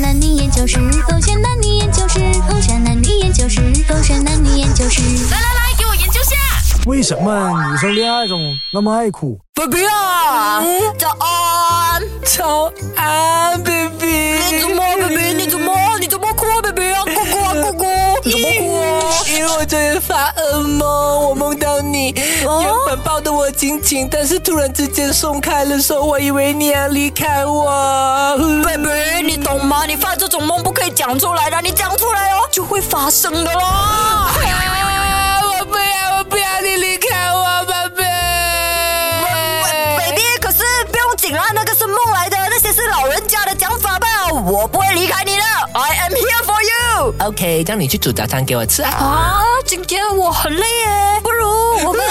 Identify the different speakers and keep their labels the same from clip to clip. Speaker 1: 男女研究室，狗血男女研究室，狗血男女研究室，狗血男女研究室。
Speaker 2: 来来来，给我研究下。
Speaker 3: 为什么女生恋爱中那么爱哭？
Speaker 4: baby 啊，
Speaker 2: 嗯早安，
Speaker 4: 早安，baby。
Speaker 2: 你怎么，baby？你怎么，你怎么哭，baby 啊？姑姑啊，姑姑，你怎么哭啊？
Speaker 4: 因为我昨天发噩梦，我梦到你，
Speaker 2: 哦
Speaker 4: 原本抱得我紧紧，但是突然之间松开了手，我以为你要离开我。
Speaker 2: baby，你懂吗？你发这种梦不可以讲出来的，你讲出来哦，就会发生的咯。
Speaker 4: 啊我不要，我不要你离开我，baby。
Speaker 2: baby，可是不用紧啊啦，那个是梦来的，那些是老人家的讲法吧，我不会离开你的，I am here for you。
Speaker 4: OK，让你去煮早餐给我吃啊。
Speaker 2: 啊，今天我很累耶，不如哦我们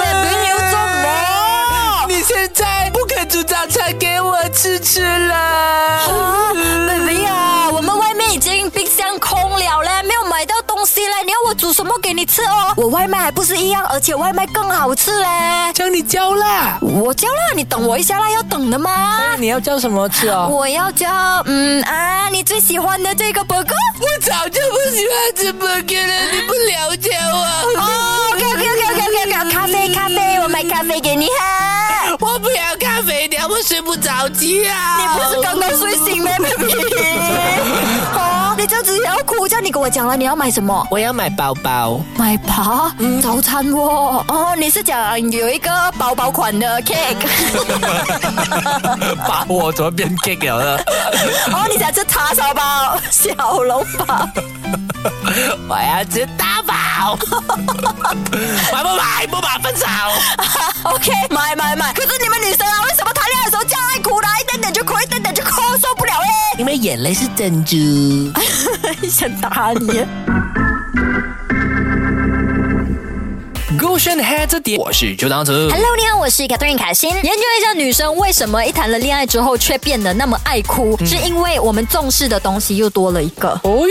Speaker 4: baby，
Speaker 2: 你要做什么
Speaker 4: 你现在不肯煮早餐给我吃吃了。
Speaker 2: 啊，baby 啊，我们外面已经冰箱空了嘞，没有买到东西嘞，你要我煮什么给你吃哦？我外卖还不是一样，而且外卖更好吃嘞。
Speaker 4: 叫你教啦。
Speaker 2: 我叫啦，你等我一下啦，要等的嘛。
Speaker 4: 你要叫什么吃哦？
Speaker 2: 我要叫嗯啊，你最喜欢的这个 burger。
Speaker 4: 我早就不喜欢吃 burger 了，你不了解我。
Speaker 2: 哦，OK OK OK OK OK，咖哦啡咖啡，我买咖啡给你喝。
Speaker 4: 我不要咖啡，你要不睡不着觉。啊
Speaker 2: 你不是刚刚睡醒吗，baby？哦，你这样子也要哭，这样你跟我讲了，你要买什么？
Speaker 4: 我要买包包。
Speaker 2: 买吧，早餐喔哦，你是讲有一个薄薄款的 cake，
Speaker 4: 把我怎么变 gay 了？
Speaker 2: 哦，你想吃叉烧包、小笼包？
Speaker 4: 我要吃大包。买不买？不买分手。
Speaker 2: OK，买买买。可是你们女生啊，为什么谈恋爱的时候这样爱哭呢？一点点就哭，一点点就哭，受不了 嘞！
Speaker 4: 因为眼泪是珍珠。
Speaker 2: 想打你。
Speaker 4: Goshen Hair 这点，我是朱当子。
Speaker 1: Hello，你好，我是 Catherine 凯欣。
Speaker 5: 研究一下女生为什么一谈了恋爱之后却变得那么爱哭，是因为我们重视的东西又多了一个。
Speaker 4: 哦哟，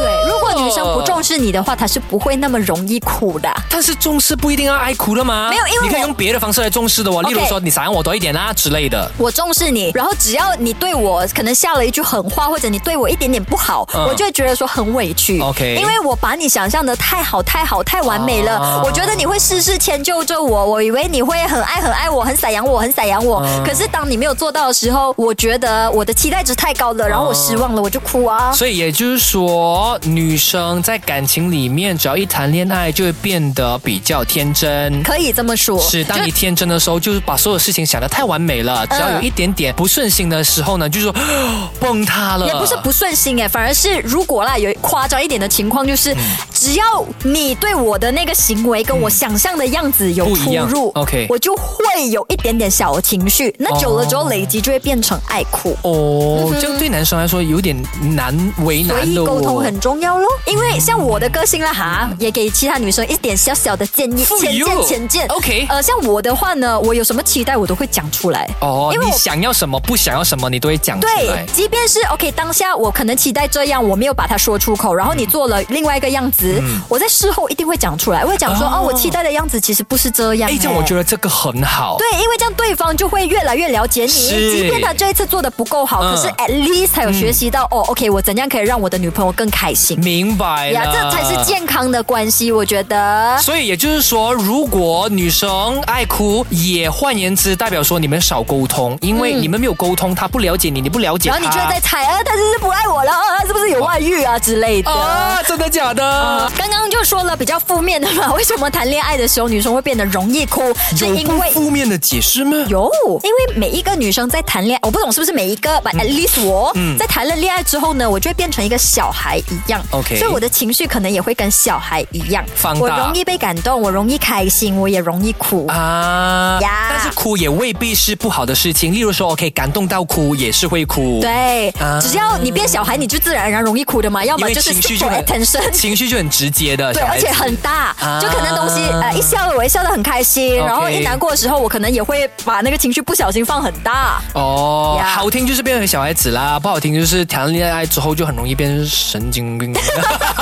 Speaker 5: 对，如果女生不重视你的话，她是不会那么容易哭的。
Speaker 4: 但是重视不一定要爱哭的嘛，
Speaker 5: 没有因为
Speaker 4: 你可以
Speaker 5: 我
Speaker 4: 用别的方式来重视的哦，例如
Speaker 5: OK
Speaker 4: 说你赏我多一点啊之类的。
Speaker 5: 我重视你，然后只要你对我可能下了一句狠话，或者你对我一点点不好，
Speaker 4: 嗯
Speaker 5: 我就会觉得说很委屈。
Speaker 4: OK
Speaker 5: 因为我把你想象的太好、太好、太完美了，
Speaker 4: 啊
Speaker 5: 我觉得你会事事迁就着我，我以为你会很爱、很爱我、很散养我、很散养我。
Speaker 4: 嗯
Speaker 5: 可是当你没有做到的时候，我觉得我的期待值太高了，然后我失望了，我就哭啊。
Speaker 4: 所以也就是说，女生在感情里面，只要一谈恋爱，就会变得比较天真。
Speaker 5: 可以这么说，
Speaker 4: 是，当你天真的时候，就是把所有事情想得太完美
Speaker 5: 嗯
Speaker 4: 了，只要有一点点不顺心的时候呢，就是说 崩塌了。
Speaker 5: 也不是不顺心哎，反而是如果啦有夸张一点的情况，
Speaker 4: 嗯
Speaker 5: 就是、只要你对我的那个行为跟我想象的样子有
Speaker 4: 不一
Speaker 5: 出
Speaker 4: 样
Speaker 5: 入
Speaker 4: OK
Speaker 5: 我就会有一点点小情绪，那久了之后累积就会变成爱哭。嗯
Speaker 4: 哦，这样对男生来说有点难为
Speaker 5: 所
Speaker 4: 难
Speaker 5: 以
Speaker 4: 了哦。
Speaker 5: 沟通很重要咯，因为像我的个性啦哈，也给其他女生一点小小的建议，
Speaker 4: 富
Speaker 5: 浅
Speaker 4: 有
Speaker 5: 见浅见。
Speaker 4: 哦 OK
Speaker 5: 呃，像我的话呢，我有什么期待我都会讲出来。
Speaker 4: 哦
Speaker 5: 因，为
Speaker 4: 你
Speaker 5: 我
Speaker 4: 想要什么，不想要什么，你都会讲出
Speaker 5: 对
Speaker 4: 来，。
Speaker 5: 即便是 OK，当下我可能期待这样，我没有把它说出口，然后你做了另外一个样子，我在事后一定会讲出来，我会讲说
Speaker 4: 嗯哦
Speaker 5: 哦我期待的样子其实不是这样、
Speaker 4: 哎，这样我觉
Speaker 5: 得。
Speaker 4: 得这个很好。
Speaker 5: 对，因为这样对方就会越来越了解你。
Speaker 4: 是
Speaker 5: 即便他这一次做的不够好，
Speaker 4: 嗯
Speaker 5: 可是 at least 他有学习到、哦，OK，我怎样可以让我的女朋友更开心
Speaker 4: 明白
Speaker 5: 呀？
Speaker 4: 了，
Speaker 5: 这才是健康的关系，我觉得。
Speaker 4: 所以也哎就是啊说，如果女生爱哭，也换言之，代表说你们少沟通，因为你们没有沟通，她不了解你，你不了解
Speaker 5: 嗯然
Speaker 4: 她。
Speaker 5: 后你就会在猜，啊，他是不是不爱我了？啊，是不是有外遇啊之类的？
Speaker 4: 啊，真的假的？
Speaker 5: 呃刚刚就说了比较负面的嘛，为 什么谈恋爱的时候女生会变得容易哭？是
Speaker 4: 有
Speaker 5: 因
Speaker 4: 不
Speaker 5: 为。
Speaker 4: 负面的解释吗？
Speaker 5: 有，因为每一个女生在谈恋爱，我不懂是不是每一个，but at least 我、
Speaker 4: 嗯
Speaker 5: 在谈了恋爱之后呢，我就会变成一个小孩一样
Speaker 4: OK
Speaker 5: 所以我的情绪可能也会跟小孩一样，
Speaker 4: 放大
Speaker 5: 我容易被感动，我容易开心，我也容易哭。
Speaker 4: 啊
Speaker 5: 呀
Speaker 4: 但是哭也未必是不好的事情。例如说，OK，感动到哭也是会哭，，
Speaker 5: 对
Speaker 4: 啊
Speaker 5: 只要你变小孩，你就自然而然容易哭的嘛，要
Speaker 4: 因
Speaker 5: 么
Speaker 4: 为
Speaker 5: 就是
Speaker 4: 情绪
Speaker 5: seek
Speaker 4: 就
Speaker 5: for
Speaker 4: 很
Speaker 5: attention，
Speaker 4: 情绪就很直接的，
Speaker 5: 对，
Speaker 4: 小孩
Speaker 5: 而
Speaker 4: 子
Speaker 5: 且很大
Speaker 4: 啊，
Speaker 5: 就可能东西呃一笑了，我也笑得很开心，然后
Speaker 4: OK
Speaker 5: 一难过的时候，我可能也会把那个情绪不小心放很大。
Speaker 4: 哦
Speaker 5: 呀
Speaker 4: 好听就是变成小孩子啦，不好听就是谈了恋爱之后就很容易变成神经病。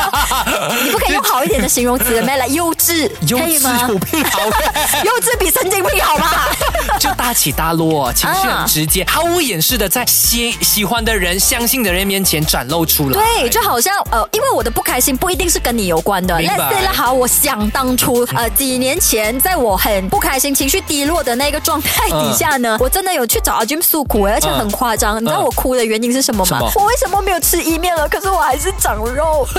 Speaker 5: 你不可以用好一点的形容词 m 来幼稚，
Speaker 4: 幼
Speaker 5: 可以
Speaker 4: 稚
Speaker 5: 吗？
Speaker 4: 有病好 呗
Speaker 5: 幼稚比神经病好吧？
Speaker 4: 就大起大落，情绪很直接，毫无掩饰的在喜喜欢欢的人、相信的人面前展露出来。
Speaker 5: 对，就好像呃，因为我的不开心不一定是跟你有关的。
Speaker 4: 明白嗯
Speaker 5: Let's say 了好，我想当初呃几年前，在我很不开心、情绪低落的那个状态底下呢，
Speaker 4: 嗯
Speaker 5: 我真的有去找阿 Jim 诉苦，欸而且很夸张。你知道我哭的原因是什么吗？
Speaker 4: 什么
Speaker 5: 我为什么没有吃意面了？可是我还是长肉。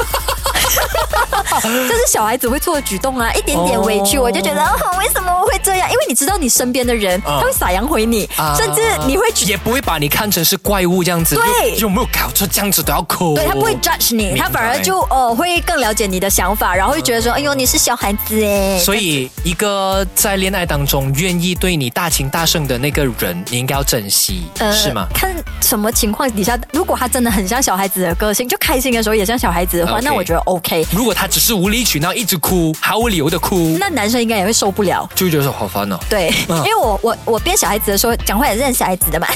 Speaker 5: 这是小孩子会做的举动啊，一点点委屈，
Speaker 4: 哦
Speaker 5: 我就觉得哦，为什么我会这样？因为你知道你身边的人，
Speaker 4: 嗯
Speaker 5: 他会撒羊回你，
Speaker 4: 啊
Speaker 5: 甚至你会觉
Speaker 4: 也不会把你看成是怪物这样子。
Speaker 5: 对
Speaker 4: 有有没有搞错？这样子都要哭。
Speaker 5: 对他不会 judge 你，
Speaker 4: 明白
Speaker 5: 他反而就哦会更了解你的想法，然后会觉得说，哎呦你是小孩子哎。
Speaker 4: 所以，一个在恋爱当中愿意对你大情大圣的那个人，你应该要珍惜，
Speaker 5: 呃
Speaker 4: 是吗？
Speaker 5: 看什么情况底下，如果他真的很像小孩子的个性，就开心的时候也像小孩子的话
Speaker 4: 啊 OK
Speaker 5: 那我觉得 OK。
Speaker 4: 如果他只是无理取闹，一直哭，毫无理由的哭，
Speaker 5: 那男生应该也会受不了，
Speaker 4: 就会觉得说好烦哦。
Speaker 5: 对，因为我我我变小孩子的时候，讲话也是很小孩子的嘛。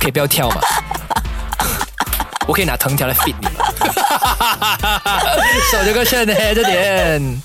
Speaker 4: 可以不要 跳吗？ 我可以拿藤条来 fit 你吗？手这个线呢，这点。